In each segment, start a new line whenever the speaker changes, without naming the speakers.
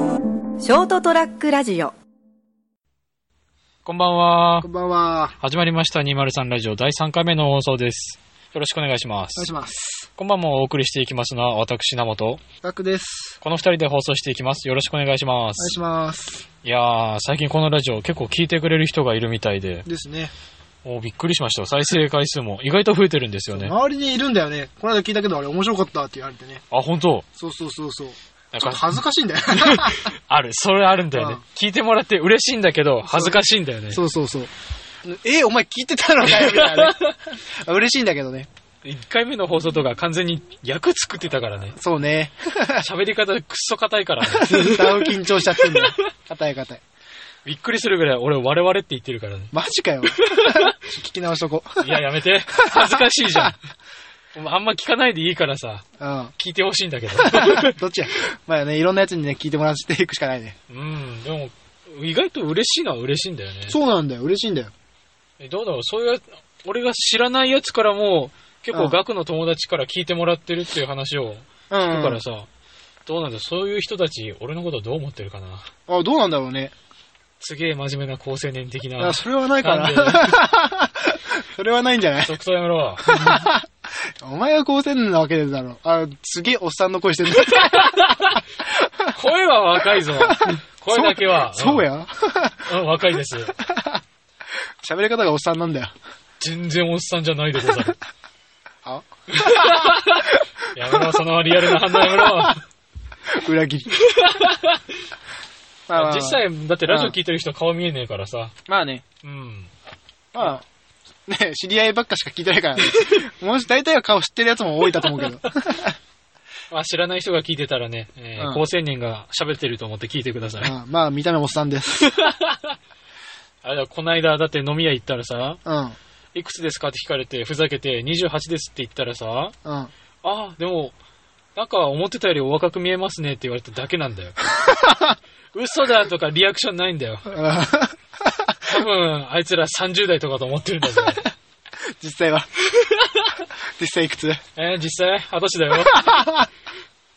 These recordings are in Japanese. ショートトラックラジオ
こんばんは
こ。んばんは。
始まりました203ラジオ第3回目の放送です。よろしくお願いします。
お願いします。
こんばんもお送りしていきますのは私、名本。
タクです。
この二人で放送していきます。よろしくお願いしま
お願い
す。
します。
いやー、最近このラジオ結構聞いてくれる人がいるみたいで、
ですね
おびっくりしましたよ。再生回数も意外と増えてるんですよね。
周りにいるんだよね。この間聞いたけど、あれ面白かったって言われてね。
あ、本当
そうそうそうそう。
なん
ちょっと
か、
恥ずかしい んだよ。
ある、それあるんだよね
うん。
聞いてもらって嬉しいんだけど、恥ずかしいんだよね。
そうそうそう。え、お前聞いてたのかよみたい なね。あ嬉しいんだけどね。
1回目の放送とか完全に役作ってたからね。
そう ね。
喋り方くっそ硬いから ね。
だいぶ緊張しちゃってんだよ。硬い硬い。
びっくりするぐらい俺我々って言ってるからね。
マジか よ。聞き直しとこう。
いや、やめて。恥ずかしいじゃん。お前あんま聞かないでいいからさ、
うん。
聞いてほしいんだけど。
どっちやまあね、いろんなやつにね、聞いてもらっていくしかないね。
うん、でも、意外と嬉しいのは嬉しいんだよね。
そうなんだよ。嬉しいんだよ。
えどうだろう、そういうや、俺が知らないやつからも、結
う
構
ん
ガクの友達から聞いてもらってるっていう話を、
うん
だからさ、どうなんだろう、そういう人たち、俺のことどう思ってるかな。
あ、どうなんだろうね。
すげえ真面目な高青年的な
あ、。それはないか
なん
な。 それはないんじゃない
即答やめろ。
お前が高青年なわけだろ。あ、すげえおっさんの声してるんだって。
声は若いぞ。 声だけは。
そうそうや。
うん。うん、若いです。
喋り方がおっさんなんだよ。
全然おっさんじゃないでござる。
あ
やめろ、そのリアルな反応やめろ。
裏切り。まあまあまあ
実。際、だってラジオ聞いてる人顔見えねえからさ。
まあね。
うん。
まあ、ね、知り合いばっかしか聞いてな いからね。もし大体は顔知ってるやつも多いだと思うけど。
まあ、知らない人が聞いてたらね、えー
うん
高青年が喋ってると思って聞いてください。
まあ、まあ、見た目おっさんです。
あれだ、こないだ、だって飲み屋行ったらさ、
うん。
いくつですかって聞かれて、ふざけて、28ですって言ったらさ、
うん。
あ、でも、なんか思ってたよりお若く見えますねって言われただけなん だよ。嘘だとかリアクションないんだよ。多分、あいつら30代とかと思ってるんだ ぜ。
実 際は。実際いくつ
えー、実際、二十歳 だよ。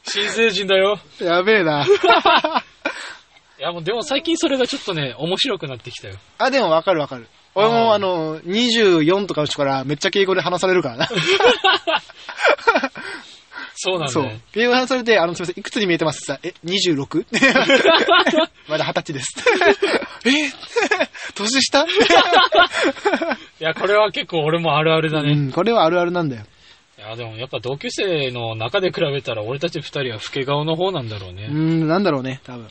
新成人だよ。
やべえな。
いや、もうでも最近それがちょっとね、面白くなってきたよ。
あ、でもわかるわかる。俺
うん
もあの、24とかの人からめっちゃ敬語で話されるからな。
そうなんだ
そ
よ
う。。敬語で話されて、あの、すみません、いくつに見えてますさ、え、26? まだ二十 歳です。え年下
いや、これは結構俺もあるあるだね。
う
い
ん、これはあるあるなんだよ。
や、でもやっぱ同級生の中で比べたら俺たち二人は老け顔の方なんだろう
う
ね。
ん、なんだろうね、多分。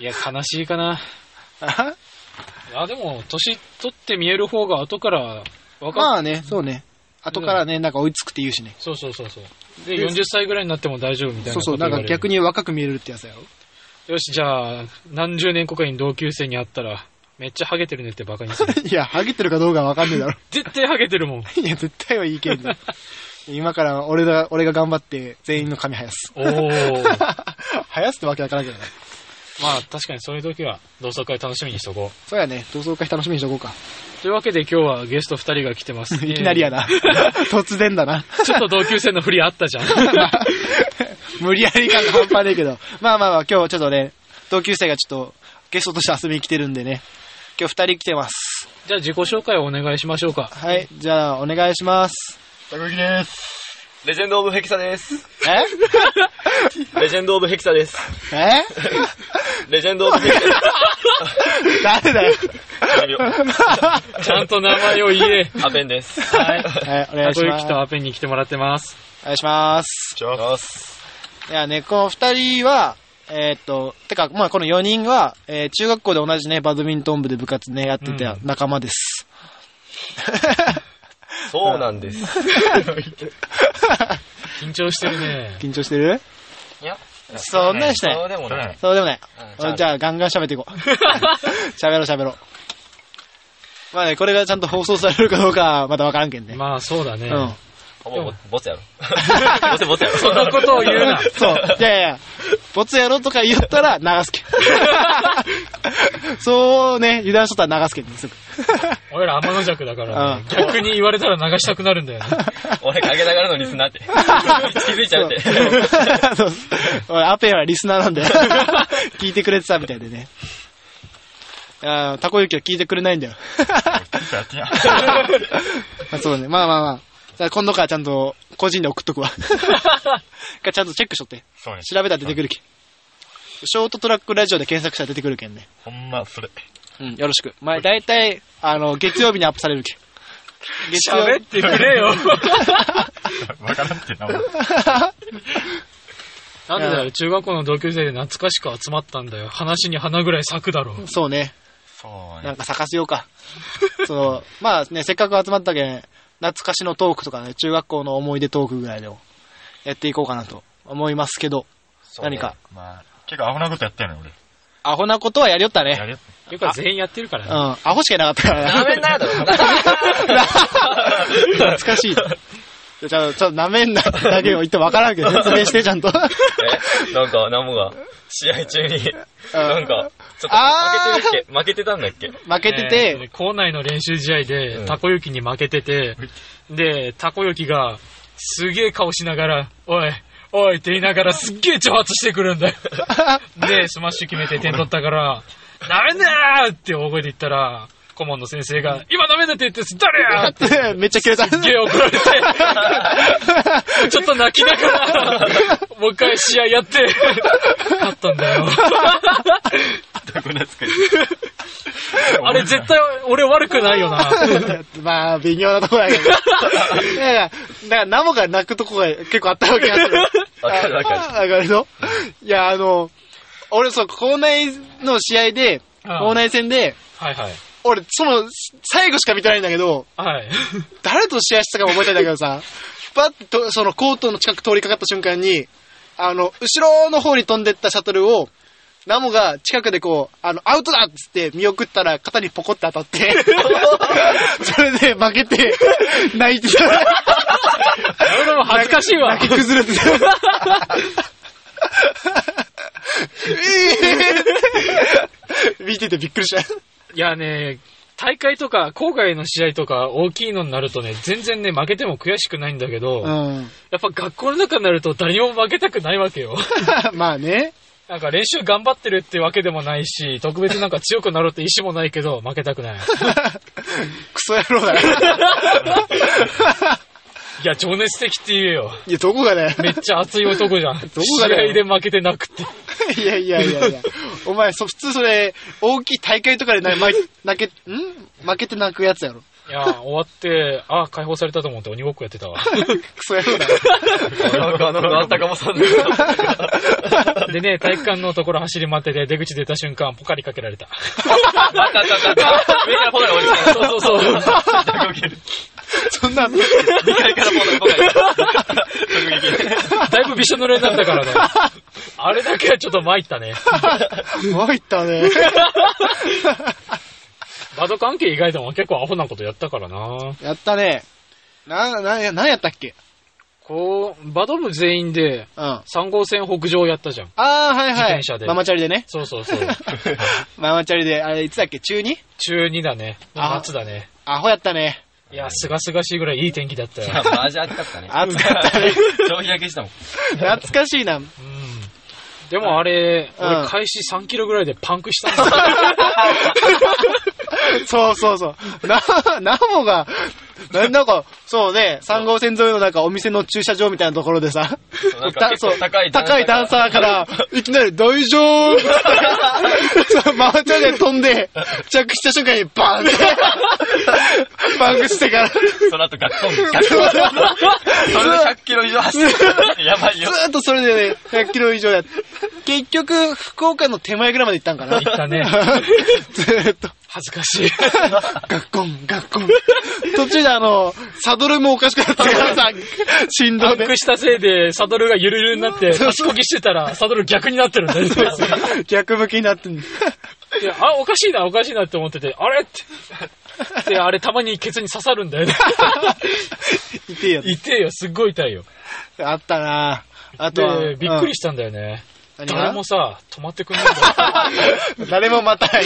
いや、悲しいかな。
あ
いや、でも、年取って見える方が後から分かっ、
まあね、そうね。後からね、なんか追いつくって言うしね。
そうそうそうそう。で、40歳ぐらいになっても大丈夫みたいな
そうそ
こ
う、
と
なん
言われ
か
る
逆に若く見えるってやつだよ。
よし、じゃあ、何十年後かに同級生に会ったら、めっちゃハゲてるねってバカに する。
いや、ハゲてるかどうかわかんねえだろ。
絶対ハゲてるもん。
いや、絶対はいいけんだ。今から俺が、俺が頑張って全員の髪生やす。
おー。
生やすってわけわからんけどね。
まあ、確かにそういう時は、同窓会楽しみにしとこ う。
そうやね、同窓会楽しみにしとこうか。
というわけで今日はゲスト二人が来てます。
いきなりや な。突然だな。
え ー。ちょっと同級生の振りあ ったじゃん。
無理やり感が半端ねえけど。まあまあまあ、今日ちょっとね、同級生がちょっとゲストとして遊びに来てるんでね。今日二人来てます。
じゃあ自己紹介をお願いしましょう か。
はい、じゃあお願いします。
高木です。レジェンド・オブ・ヘキサです。
え
レジェンド・オブ・ヘキサです。
え
レジェンド・オブ・ヘキサで
誰だよ。
す。
ちゃんと名前を言え。
アペンです。
はい。
はい、お願
た
いし
こ
ま
ゆき
す。
とアペンに来てもらってます。
お願いします。
じゃあ、す。
いやね、この二人は、えーっと、てか、まあこの四人は、えー中学校で同じね、バドミントン部で部活ね、やってた仲間です。
そうなんです。
緊張してるね。
緊張してる
いや、
そんなにしない
そうでもない。
そうでもない。
うん
じゃあ、ガンガン喋っていこう。 喋ろう喋ろう。まあね、これがちゃんと放送されるかどうかはまだわからんけんね。
まあ、そうだね。
うん。
ほぼボツやろ。ボツ ボツやろ。
そんなことを言うな。
そう。いやいや、ボツやろとか言った ら流すけん。そうね、油断しとったら流すけんね、すぐ。
俺ら天の弱だから、ね
うん、
逆に言われたら流したくなるんだよね。
俺陰ながらのリ スナーって。 気づいちゃうって。
そう 俺、アペはリスナーなんだよ。 聞いてくれてたみたいでね。あーたこゆきは聞いてくれないんだよ。 まあそうね。まあまあまあ。さあ今度からちゃんと個人で送っと くわ。がちゃんとチェックしとって。
そうね。
調べたら出てくるけん。ショートトラックラジオで検索したら出てくるけんね。
ほんま、それ。
うん、よろしく。まあ大体、あの、月曜日にアップされるけん。月曜
喋ってくれよ。
わからんってな、俺
なんでだよ、中学校の同級生で懐かしく集まったんだよ。話に花ぐらい咲くだろう。
そうね。
そう
な
ね
ん。か咲かせようか。その、 まあね、せっかく集まったけん、懐かしのトークとかね、中学校の思い出トークぐらいでも、やっていこうかなと思いますけど、
そうね
何か、
まあ、結構アホなことやったよね、
アホなことはやりよった
俺。や
ね。
れよ
ていうか全員やってるか
う
ら
ん、
ね。
アホしかいなかったから
ダ
ね。
メ なだろ。
懐かしい。ちょ、ちょっと舐めんなってだけを言ってわからんけど、説明してちゃんと。
えなんか、ナモが、試合中に、なんか、ちょっと負けてるっけ負けてたんだっけ
負けて
えー
て、
校内の練習試合で、
うん
たこゆきに負けてて、で、たこゆきが、すげえ顔しながら、おい、おいって言いながらすっげえ挑発してくるんだよ。 で、スマッシュ決めて点取ったから、ダメだーって大声で言ったら、顧問の先生が、今ダメだって言って誰やって
めっちゃ切れた。
すっげえ怒ら れて、ちょっと泣きながら、もう一回試合やって、勝ったんだ よ。
タコ懐かしい。
あれ絶対俺悪くないよな。
まあ、微妙なとこやけど。だから、だから、ナモが泣くとこが結構あったわけがする。
わかるわかる
あわかるのいや、あの、俺、そう、校内の試合で、
ああ
校内戦で、
はいはい。
俺、その、最後しか見てないんだけど、
はい。
誰と試合してたか覚えてないんだけど さ、バッと、そのコートの近く通りかかった瞬間に、あの、後ろの方に飛んでったシャトルを、ナモが近くでこう、あの、アウトだっつって見送ったら肩にポコって当たって、 それで負けて、泣いてた。
俺も恥ずかしいわ。
泣き崩れてた。えー見ててびっくりした。
いやね、大会とか、郊外の試合とか大きいのになるとね、全然ね、負けても悔しくないんだけど、やっ
ん。
ぱ学校の中になると誰にも負けたくないわけよ。
まあね。
なんか練習頑張ってるってわけでもないし、特別なんか強くなろうって意思もないけど、負けたくない。
クソ野郎だな。
いや、情熱的って言えよ。
いや、どこがだよ。
めっちゃ熱い男じゃん。
どこがだよ
試合で負けてなくて。
いやいやいやいや。お前、そ、普通それ、大きい大会とかでな、ま、泣け、ん負けて泣くやつやろ。
いや、終わって、あ、解放されたと思って鬼ごっこやってたわ。
クソ野郎だな。
なんか、なんかあったかもさんだ
でね、体育館のところ走り回ってて、出口出た瞬間、ポカリかけられた。
あったあったあった。上からポカリ落ちた。
そうそうそう。
そんなの、
2階からポカリポカリ。
だいぶびしょ濡れになったからね。あれだけはちょっと参ったね。
参ったね。
バド関係以外でも結構アホなことやったからな。
やったね。な、な、なんやったっけ
こう、バド部全員で
うん。あ
3号線北上やったじゃん。
あー、はいはい。
自転車で
ママチャリで ね。
そうそうそう。
ママチャリで、あれ、いつだっけ中 2?
中2だね。
あ
夏だね。
アホやったね。
いや、すがすがしいぐらいいい天気だったよ。
マジ暑かったね。
暑かったね。
上日焼けしたもん。
懐かしいな。
うん。でもあれ、
うん
俺開始3キロぐらいでパンクしたんだよ。
そうそうそう。な、ナモが、ななんか、そうね、3号線沿いのなんかお店の駐車場みたいなところでさ、
うなんか
た
結構高い段差
高い段差から、いきなり大丈夫 そう、ママチャリで飛んで、着地した瞬間にバーンって、バンクしてから、ず
その後、学校に、学校にそれで100キロ以上走ってる。やばいよ。
ーっとそれでね、100キロ以上やって結局、福岡の手前ぐらいまで行ったんか な。
行ったね
ずーっと。
恥ずかしい。
ガッコン、ガッコン。途中であの、サドルもおかしくなってからさ、振
パ
動
ン
で
ク。したせいで、サドルがゆるゆるになって、
そう
足こぎしてたら、サドル逆になってるんだよ。
逆向きになってんの
で、あ、おかしいな、おかしいなって思ってて、あれって。で、あれたまにケツに刺さるんだよね。
痛えや
痛えよ、すっごい痛いよ。
つ。あったなあとは
で、びっくりしたんだよね。
うん何が
誰もさ、止まってくんないんだよ。
誰もまたない。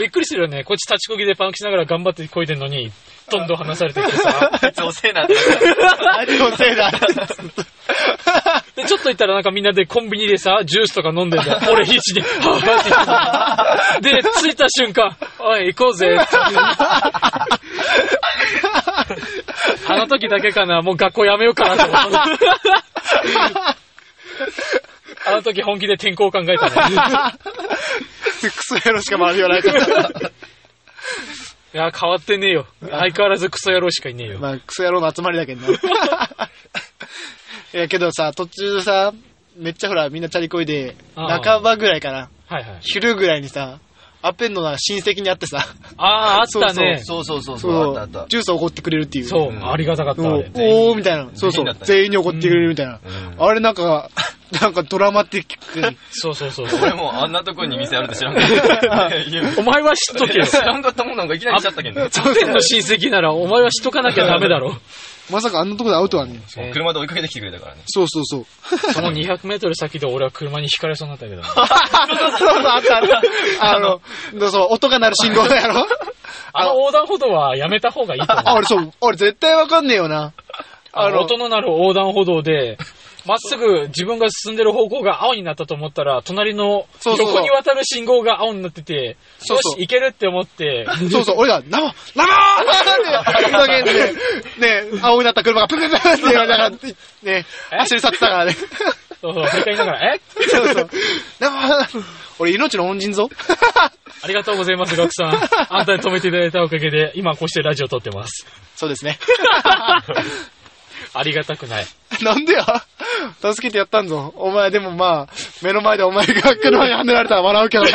びっくりするよね。こっち立ちこぎでパンクしながら頑張ってこいでんのに、どんどん離されていってさ。
あいつ遅えなってなるから。
あいつのせいだ。
で、ちょっと行ったらなんかみんなでコンビニでさ、ジュースとか飲んでんだよ。俺必死に、 はぁって言ってさ。で、着いた瞬間、おい、行こうぜ って。あの時だけかな、もう学校やめようかなと思って。 あの時本気で転校を考え たね。
クソ野郎しか周りはないから。
いや、変わってねえよ。相変わらずクソ野郎しかいねえよ。
まあ、クソ野郎の集まりだけどな。いや、けどさ、途中さ、めっちゃほら、みんなチャリこいで、
ああ
半ばぐらいかな、
はいはい。
昼ぐらいにさ、アペンのなんか親戚に会ってさ、
ああ、あったね。
そうそうそうそう、
そ
あ
う
ったあった。
ジュースをおごってくれるっていう。
そう、ありがたかった、あ
お
れ。
おーみたいな。そうそ
全員だ
う
った。ね
全員に怒ってくれるみたいな。
うん
あれなんか、 なんかドラマティックに。
そうそうそう。
俺もうあんなとこに店あるって知らんかった。いや
お前は知っとけよ。
知らんかったもんなんかいきなりしちゃったけどね。
アペンの親戚ならお前は知っとかなきゃダメ だろ。
まさかあんなとこで会うとはね。
そう車で追いかけてきてくれたからね。
そうそうそう。
その200メートル先で俺は車にひかれそうになったけどね。
そうそう、あったあった。あの、そう、音が鳴る信号だやろ。
あの横断歩道はやめた方がいいと思う
あ、。俺そう、俺絶対わかんねえよな。
あ
あ
の、
の
音のなる横断歩道で、まっすぐ自分が進んでる方向が青になったと思ったら、隣の
そうそうそう
横に渡る信号が青になってて、
そ
よ
う
し
そう、
行けるって思って、
そうそう、俺が、生生って、叫んで、ね、青になった車がプンプンプンって言われながら、ね、走り去ってたからね。
そうそう、振り返りながら、え
そうそう。生俺命の恩人ぞ。
ありがとうございます、学さ ん。あんたに止めていただいたおかげで、今こうしてラジオ撮って ます。
そうですね。
ありがたくない。
なんでや助けてやったんぞ。お前でもまあ、目の前でお前が車にはねられたら笑うけどな。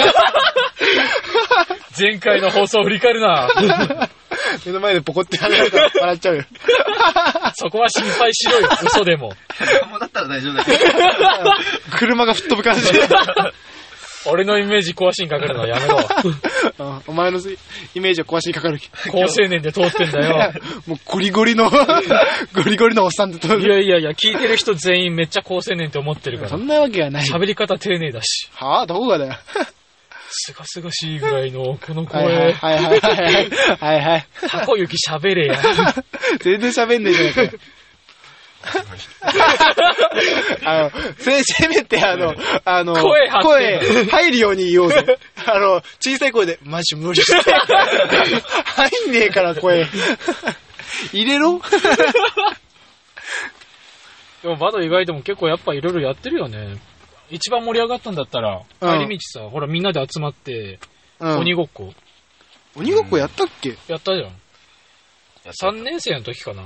前回の放送を振り返るな。
目の前でポコってはねられたら笑っちゃうよ。
そこは心配し ろよ、嘘でも。
もうだったら大丈夫だけど。
車が吹っ飛ぶ感じで。
俺のイメージ壊しにかかるのはやめ ろ。
うんお前のせいイメージを壊しにかかる。
高青年で通ってんだよ。
もうゴリゴリの、 ゴリゴリのおっさんで撮
い
る。
やいやいや、聞いてる人全員めっちゃ高青年って思ってるか
そ
ら。
んなわけがない。
喋り方丁寧だし。
はあどこがだよ。
すがすがしいぐらいの、この
はいはい
声。
はいはいはい。はいはい。
たこゆき喋れや。
全然喋んねえじゃねえかよ。 あの、せ、せめてあの、あの、
声張って
声入るように言おう ぜ。あの、小さい声で、マジ無理 して。入んねえから声。入れろ
でもバド以外でも結構やっぱいろいろやってるよね。一番盛り上がったんだったら、
う
帰
ん
り道さ、ほらみんなで集まって、
うん
鬼ごっこ
鬼ごっこやったっけ
やったじゃん。3年生の時かな。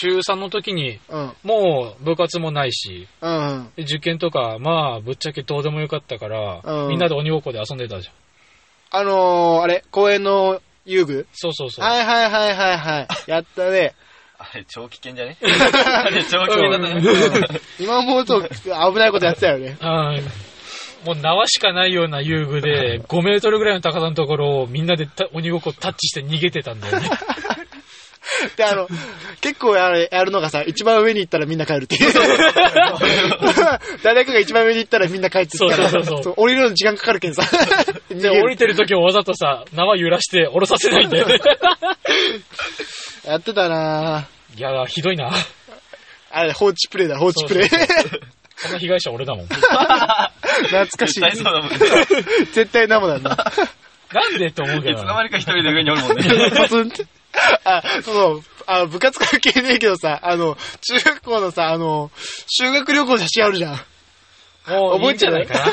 中3の時に、
うん。
もう部活もないし、
うんうん。
で受験とか、まあ、ぶっちゃけどうでもよかったから、
うん
みんなで鬼ごっこで遊んでたじゃん。
あのー、あれ、公園の遊具
そうそうそう。
はいはいはいはいはい。やったね。
あれ、超危険じゃねあれ、超危険だったね。
今思うと危ないことやってたよね。
はい。もう縄しかないような遊具で、5メートルぐらいの高さのところをみんなでた鬼ごっこタッチして逃げてたんだ よね。
で、あの、結構やるやるのがさ、一番上に行ったらみんな帰るっていう。 誰かが一番上に行ったらみんな帰ってったら
そうそうそうそう
降りるのに時間かかるけんさ。
で、
で
降りてる時もわざとさ、縄揺らして降ろさせ ないんだよね。
やってたなぁ。
いやー、ひどいな。
あれ、放置プレイだ、放置プレイ。
そんな被害者俺だ もん。
懐かしい
絶。対そうだもんね。
絶対生なんだ。
なんでって思うけ
い
ど
つの
な。
間にか一人で上におるもんね。
パツンって。あ、そうそう、あ部活関係ねえけどさ、あの、中学校のさ、あの、修学旅行の写真あるじゃん。
もういいんじゃないかな。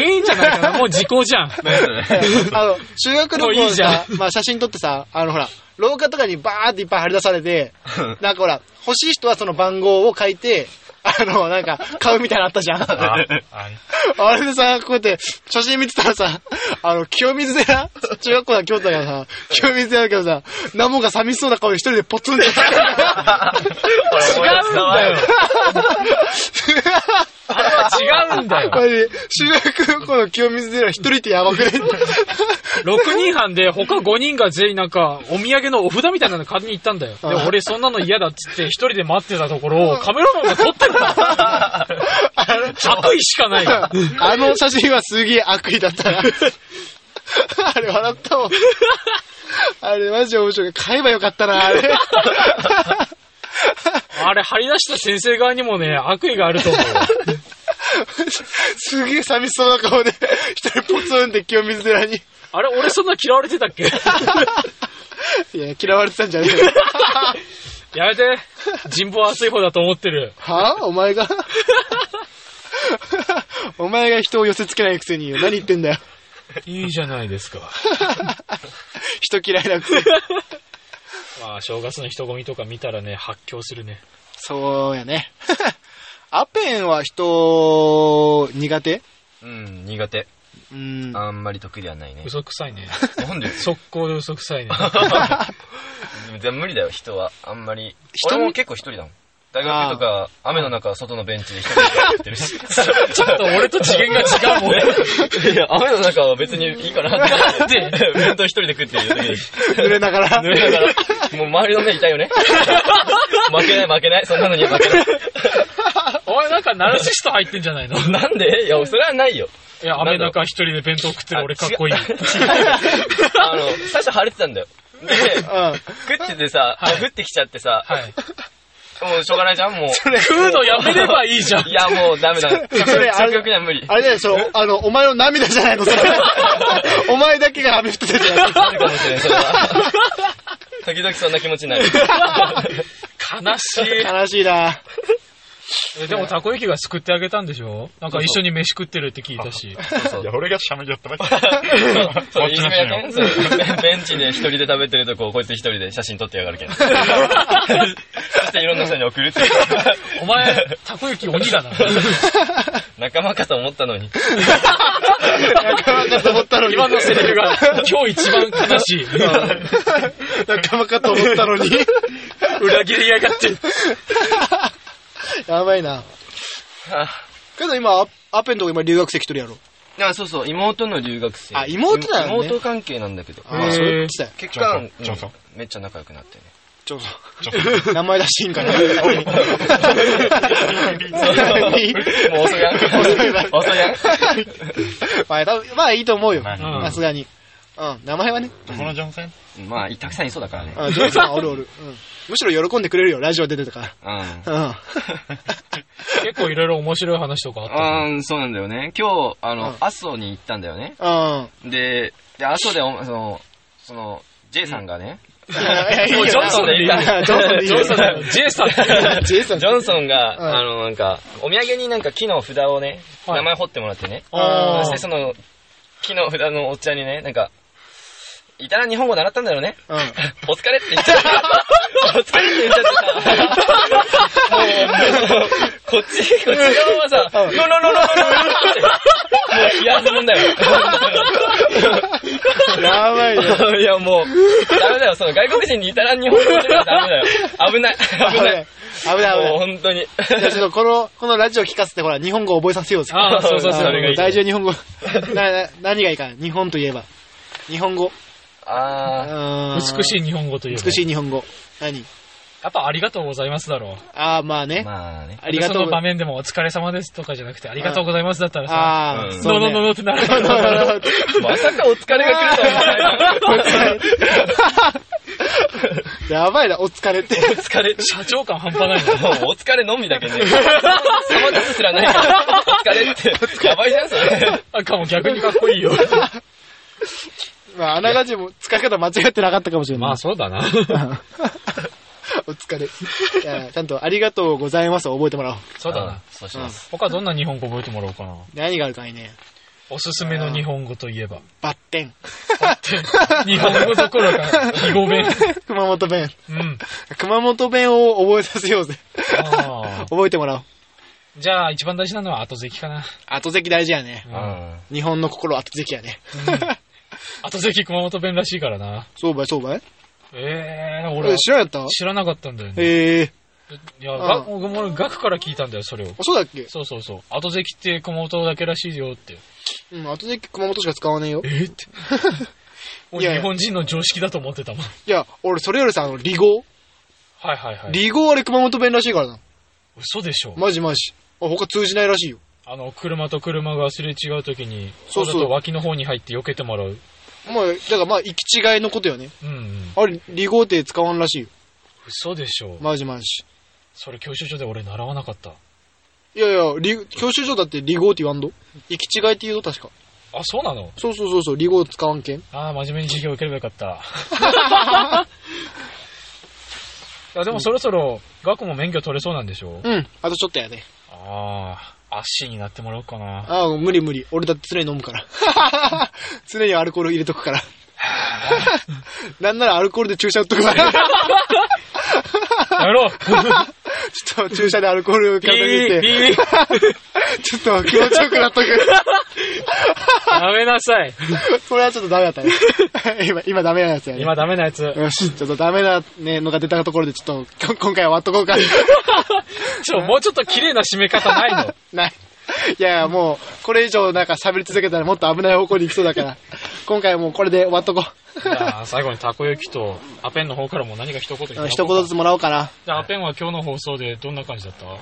いいんじゃないかな。もう時効じ ゃん。
なんかね
あの、修学旅
もうい
行
いじゃん
さ、まあ写真撮ってさ、あのほら、廊下とかにバーっていっぱい貼り出されて、なんかほら、欲しい人はその番号を書いて、あの、なんか、買うみたいなのあったじゃん。
あ
あ
あ
れでさ、こうやって、写真見てたらさ、あの、清水寺、中学校の京都だからさ、清水寺だけどさ、ナモが寂しそうな顔で一人でポ ツンって。
違うんだよ。あれは違うんだよ
こ。れ、修学旅行の清水寺一人ってやばくね
6人班で他5人が全員なんかお土産のお札みたいなの買いに行ったんだよ。で、
ああ
俺そんなの嫌だっつって一人で待ってたところ、カメラマンが撮ってた。 悪意しかないよ。
あの写真はすげえ悪意だったな。 あれ笑ったもん。あれマジ面白い。買えばよかったな、あれ。
あれ、張り出した先生側にもね、悪意があると思う。
すげえ寂しそうな顔で、一人ポツンって清水寺に。
あれ、俺そんな嫌われてたっけ
いや、嫌われてたんじゃねえよ。
や めて。人望厚い方だと思ってる。
はぁお前が お前が人を寄せつけないくせに何言ってんだよ。
いいじゃないですか。
人嫌いなくせに。
まあ、正月の人混みとか見たらね、発狂するね。
そうやね。 アペンは人苦手
うん、苦手。
うん。
あんまり得意ではないね。
嘘くさい ね。
なんで
速攻で嘘くさいね。
でも無理だよ、人は。あんまり。
人見
俺も結構一人だもん。大学とか、雨の中、外のベンチで一人でや ってるし。
ちょっと俺と次元が違うもん。
いや、雨の中は別にいいかなって。
で
弁当一人で食ってる時に。
濡れながら。
濡れながら、もう周りの目痛いよ ね。負けない負けない。そんなのに負けない。
お前なんかナルシスト入ってんじゃないのい
なんでいや、それはないよ。
や、雨の中一人で弁当食ってる俺かっこいい。
あの、最初晴れてたんだよ。で、
うん。
食っててさ、降ってきちゃってさ、
はい。
もうしょうがないじゃん、もう。
食うのやめればいいじゃん
い。や、もう ダメだ。
それあれ
食欲には無理。
あれだよ、その、あの、お前の涙じゃないの、そ れ。お前だけが雨降ってたじゃない
あるかもしれない、それは。時々そんな気持ちにな る。
悲しい
悲しいな。
え。でもたこ焼きが救ってあげたんでしょなんか一緒に飯食ってるって聞いたし。
そう
いや、俺がしゃべりゃっただけ。
そう、
こ
い
っ
じ
ち
め
の
や
人
けん
よ。
そうベンチで一人で食べてるとこをこいつ一人で写真撮ってやが るけん。そしていろんな人に送るっていう。
お前、 たこ焼き鬼だな。
仲間かと思ったのに。
仲間かと思ったのに。
今のセリフが今日一番悲し い。
仲間かと思ったのに。
裏切りやがって。
やばいな。けど今、アアペンとか今留学生一人やろ。
あ、そうそう、妹の留学生。
あ妹だよね
妹関係なんだけど。
ああ、そう言ってたよ。
結果、うん
ちょっと
めっちゃ仲良くなってね。
ちょっと。名前出していいんかな。 お
もう遅いやん。遅いやん。
前多分まあいいと思うよ。
まあね
うん
さすがに。うん、名前はね。
このジョンセン
まあ、たくさんいそうだからね。
うん、ジョンさんおるおる。うん。むしろ喜んでくれるよ、ラジオ出てたか
うん。
ら。
結構いろいろ面白い話とかあったね。
うん、そうなんだよね。今日、あ
う
の
ん、
阿蘇に行ったんだよね。
うん。うん。
で、で、阿蘇で、おその、その、J さんがね、
いやいやいや
もうジョンソンでいいよ
いやジョンソンでいい
ジ
よ
ョンソンだよ。J さんって。
ジェイソン
ジョンソンが、
うん
あの、なんか、お土産になんか木の札をね、
はい
名前彫ってもらってね。
あ
そ
ー
してその、木の札のおっちゃんにね、なんか、いたら日本語習ったんだよね。
うん。
お疲れって言っちゃった。お疲れって言っちゃってさ、もう、もうこっち、こっち側はさ、ロロロロロロって、もう冷やすもんだよ。
やばいね。
いや、もう、ダメだよ。その外国人にいたら日本語するのはダメだよ。危ない。危
危な
な
いい。。危ない危
もう
ない。
本当に。
じゃあちょっとこの、このラジオ聞かせてほら、日本語覚えさせようぜ。
ああ、そうそうそ
それが
う。
いい
大丈夫日本語。な、な、何がいいかな日本といえば。日本語。
あ
美し
美
い日本語という。
美
い。
しい日本語。何
やっぱありがとうございますだろう。
ああ、まあ
ー。
ね。
まあね。
ありがと
その
う。
場面でもお疲れ様ですとかじゃなくて、ありがとうございますだったらさ、
あ
う
あ、
ん
そ
の
うね
のののってな る。
まさかお疲れが来るとは思わないな。
やばいな、お疲れって。
お疲れ。
社長感半端ないな。
もうお疲れのみだけね。そのですらないから。 お疲れって。やばいじゃん、それ。
なんかもう逆にかっこ いいよ。
まあ、あながちも使い方間違ってなかったかもしれない。
そうだな。
お疲れ。いや、ちゃんとありがとうございますを覚えてもらおう。
そうだな。。
そうします。
他どんな日本語覚えてもらおうかな。
何があるかいね。
おすすめの日本語といえば。
バッテン。
日本語どころか、日語弁。
熊本弁。
うん。
熊本弁を覚えさせようぜ。
あ
覚えてもらおう。
ーじゃあ、一番大事なのは後席かな。
後席大事やね。
うん。
日本の心は後席やね。
後席熊本弁らしいからな。
そうばいそうばい
ええー、
え
俺、
知らんやった
知らなかったんだよね。
ええ
いや、
ん
が僕も学から聞いたんだよ、それを。
あそうだっけ
そうそうそう。後席って熊本だけらしいよって。
うん、後席熊本しか使わねえよ。
え って。もう
いやい
日
や
本人の常識だと思ってたもん。
いや、俺それよりさ、あの、離合
はいはいはい。
離合あれ熊本弁らしいからな。
嘘でしょ。
マジマジ。あ、他通じないらしいよ。
あの、車と車がすれ違うときに、
そ
そうう
そう
そう。脇の方に入って避けてもらう。
もう、だからまあ、行き違いのことよね。
うんうん。
あれ、離合艇使わんらしいよ。
嘘でしょ。
マジマジ。
それ教習所で俺習わなかった。
いやいや、離教習所だって離合って言わんど行き違いって言うと確か。
あ、そうなの
そうそうそうそう、離合使わんけん。
ああ、真面目に授業受ければよかった。 いやでもそろそろ、学校も免許取れそうなんでしょ
うん、あとちょっとやね。
ああ、アッシーになってもらおうかな。
ああ、無理無理。俺だって常に飲むから。 常にアルコール入れとくから。 なんならアルコールで注射打っとくから。
やめろ
ちょっと注射でアルコール
ビー
体に入れて、
ビービー
ちょっと気持ちよくなっとく。
やめなさい。
それはちょっとダメだったね。今、今ダメなやつやね。
今ダメなや つ。
よし、ちょっとダメな、ね、のが出たところで、ちょっと、こ今回は終わっとこ うか。
ちょ、もうちょっと綺麗な締め方ないの
ない。いやいや、もう、これ以上なんか喋り続けたらもっと危ない方向に行きそうだから、今回はもうこれで終わっとこ
じゃあ、最後にたこ焼きと、アペンの方からも何か一言言ってもらお
う。
うか
一言ずつもらおうかな。
じゃあ、アペンは今日の放送でどんな感じだったう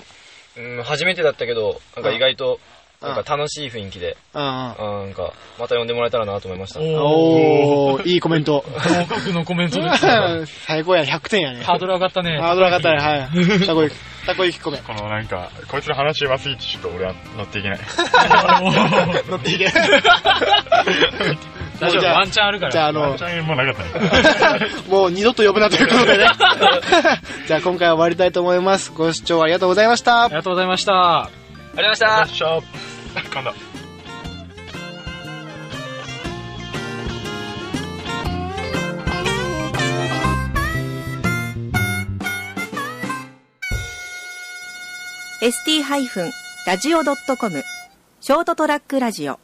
うん、初めてだったけど、なんか意外と、なんか楽しい雰囲気で、
うん
あーなんか、また呼んでもらえたらなと思いました。
うん。
お
おー、いいコメント。
合格のコメントです
最高や、100点やね。
ハードル上がったね。
ハードル上がったね、はい。たこ焼き、たこ焼きコメ。
このなんか、こいつの話うますぎてちょっと俺は乗っていけない。
乗っていけ。
大丈
じ
夫、
ゃあ
ワンチャンあるから。
じゃあ、あ
ワ
の
ン チ、ャンもなかったね。
もう二度と呼ぶなということ でね。じゃあ今回は終わりたいと思います。ご視聴ありがとうございました
あり。がとうございました。
ありがとうございました
よっしゃ 今度。
ST-radio.com ショートトラックラジオ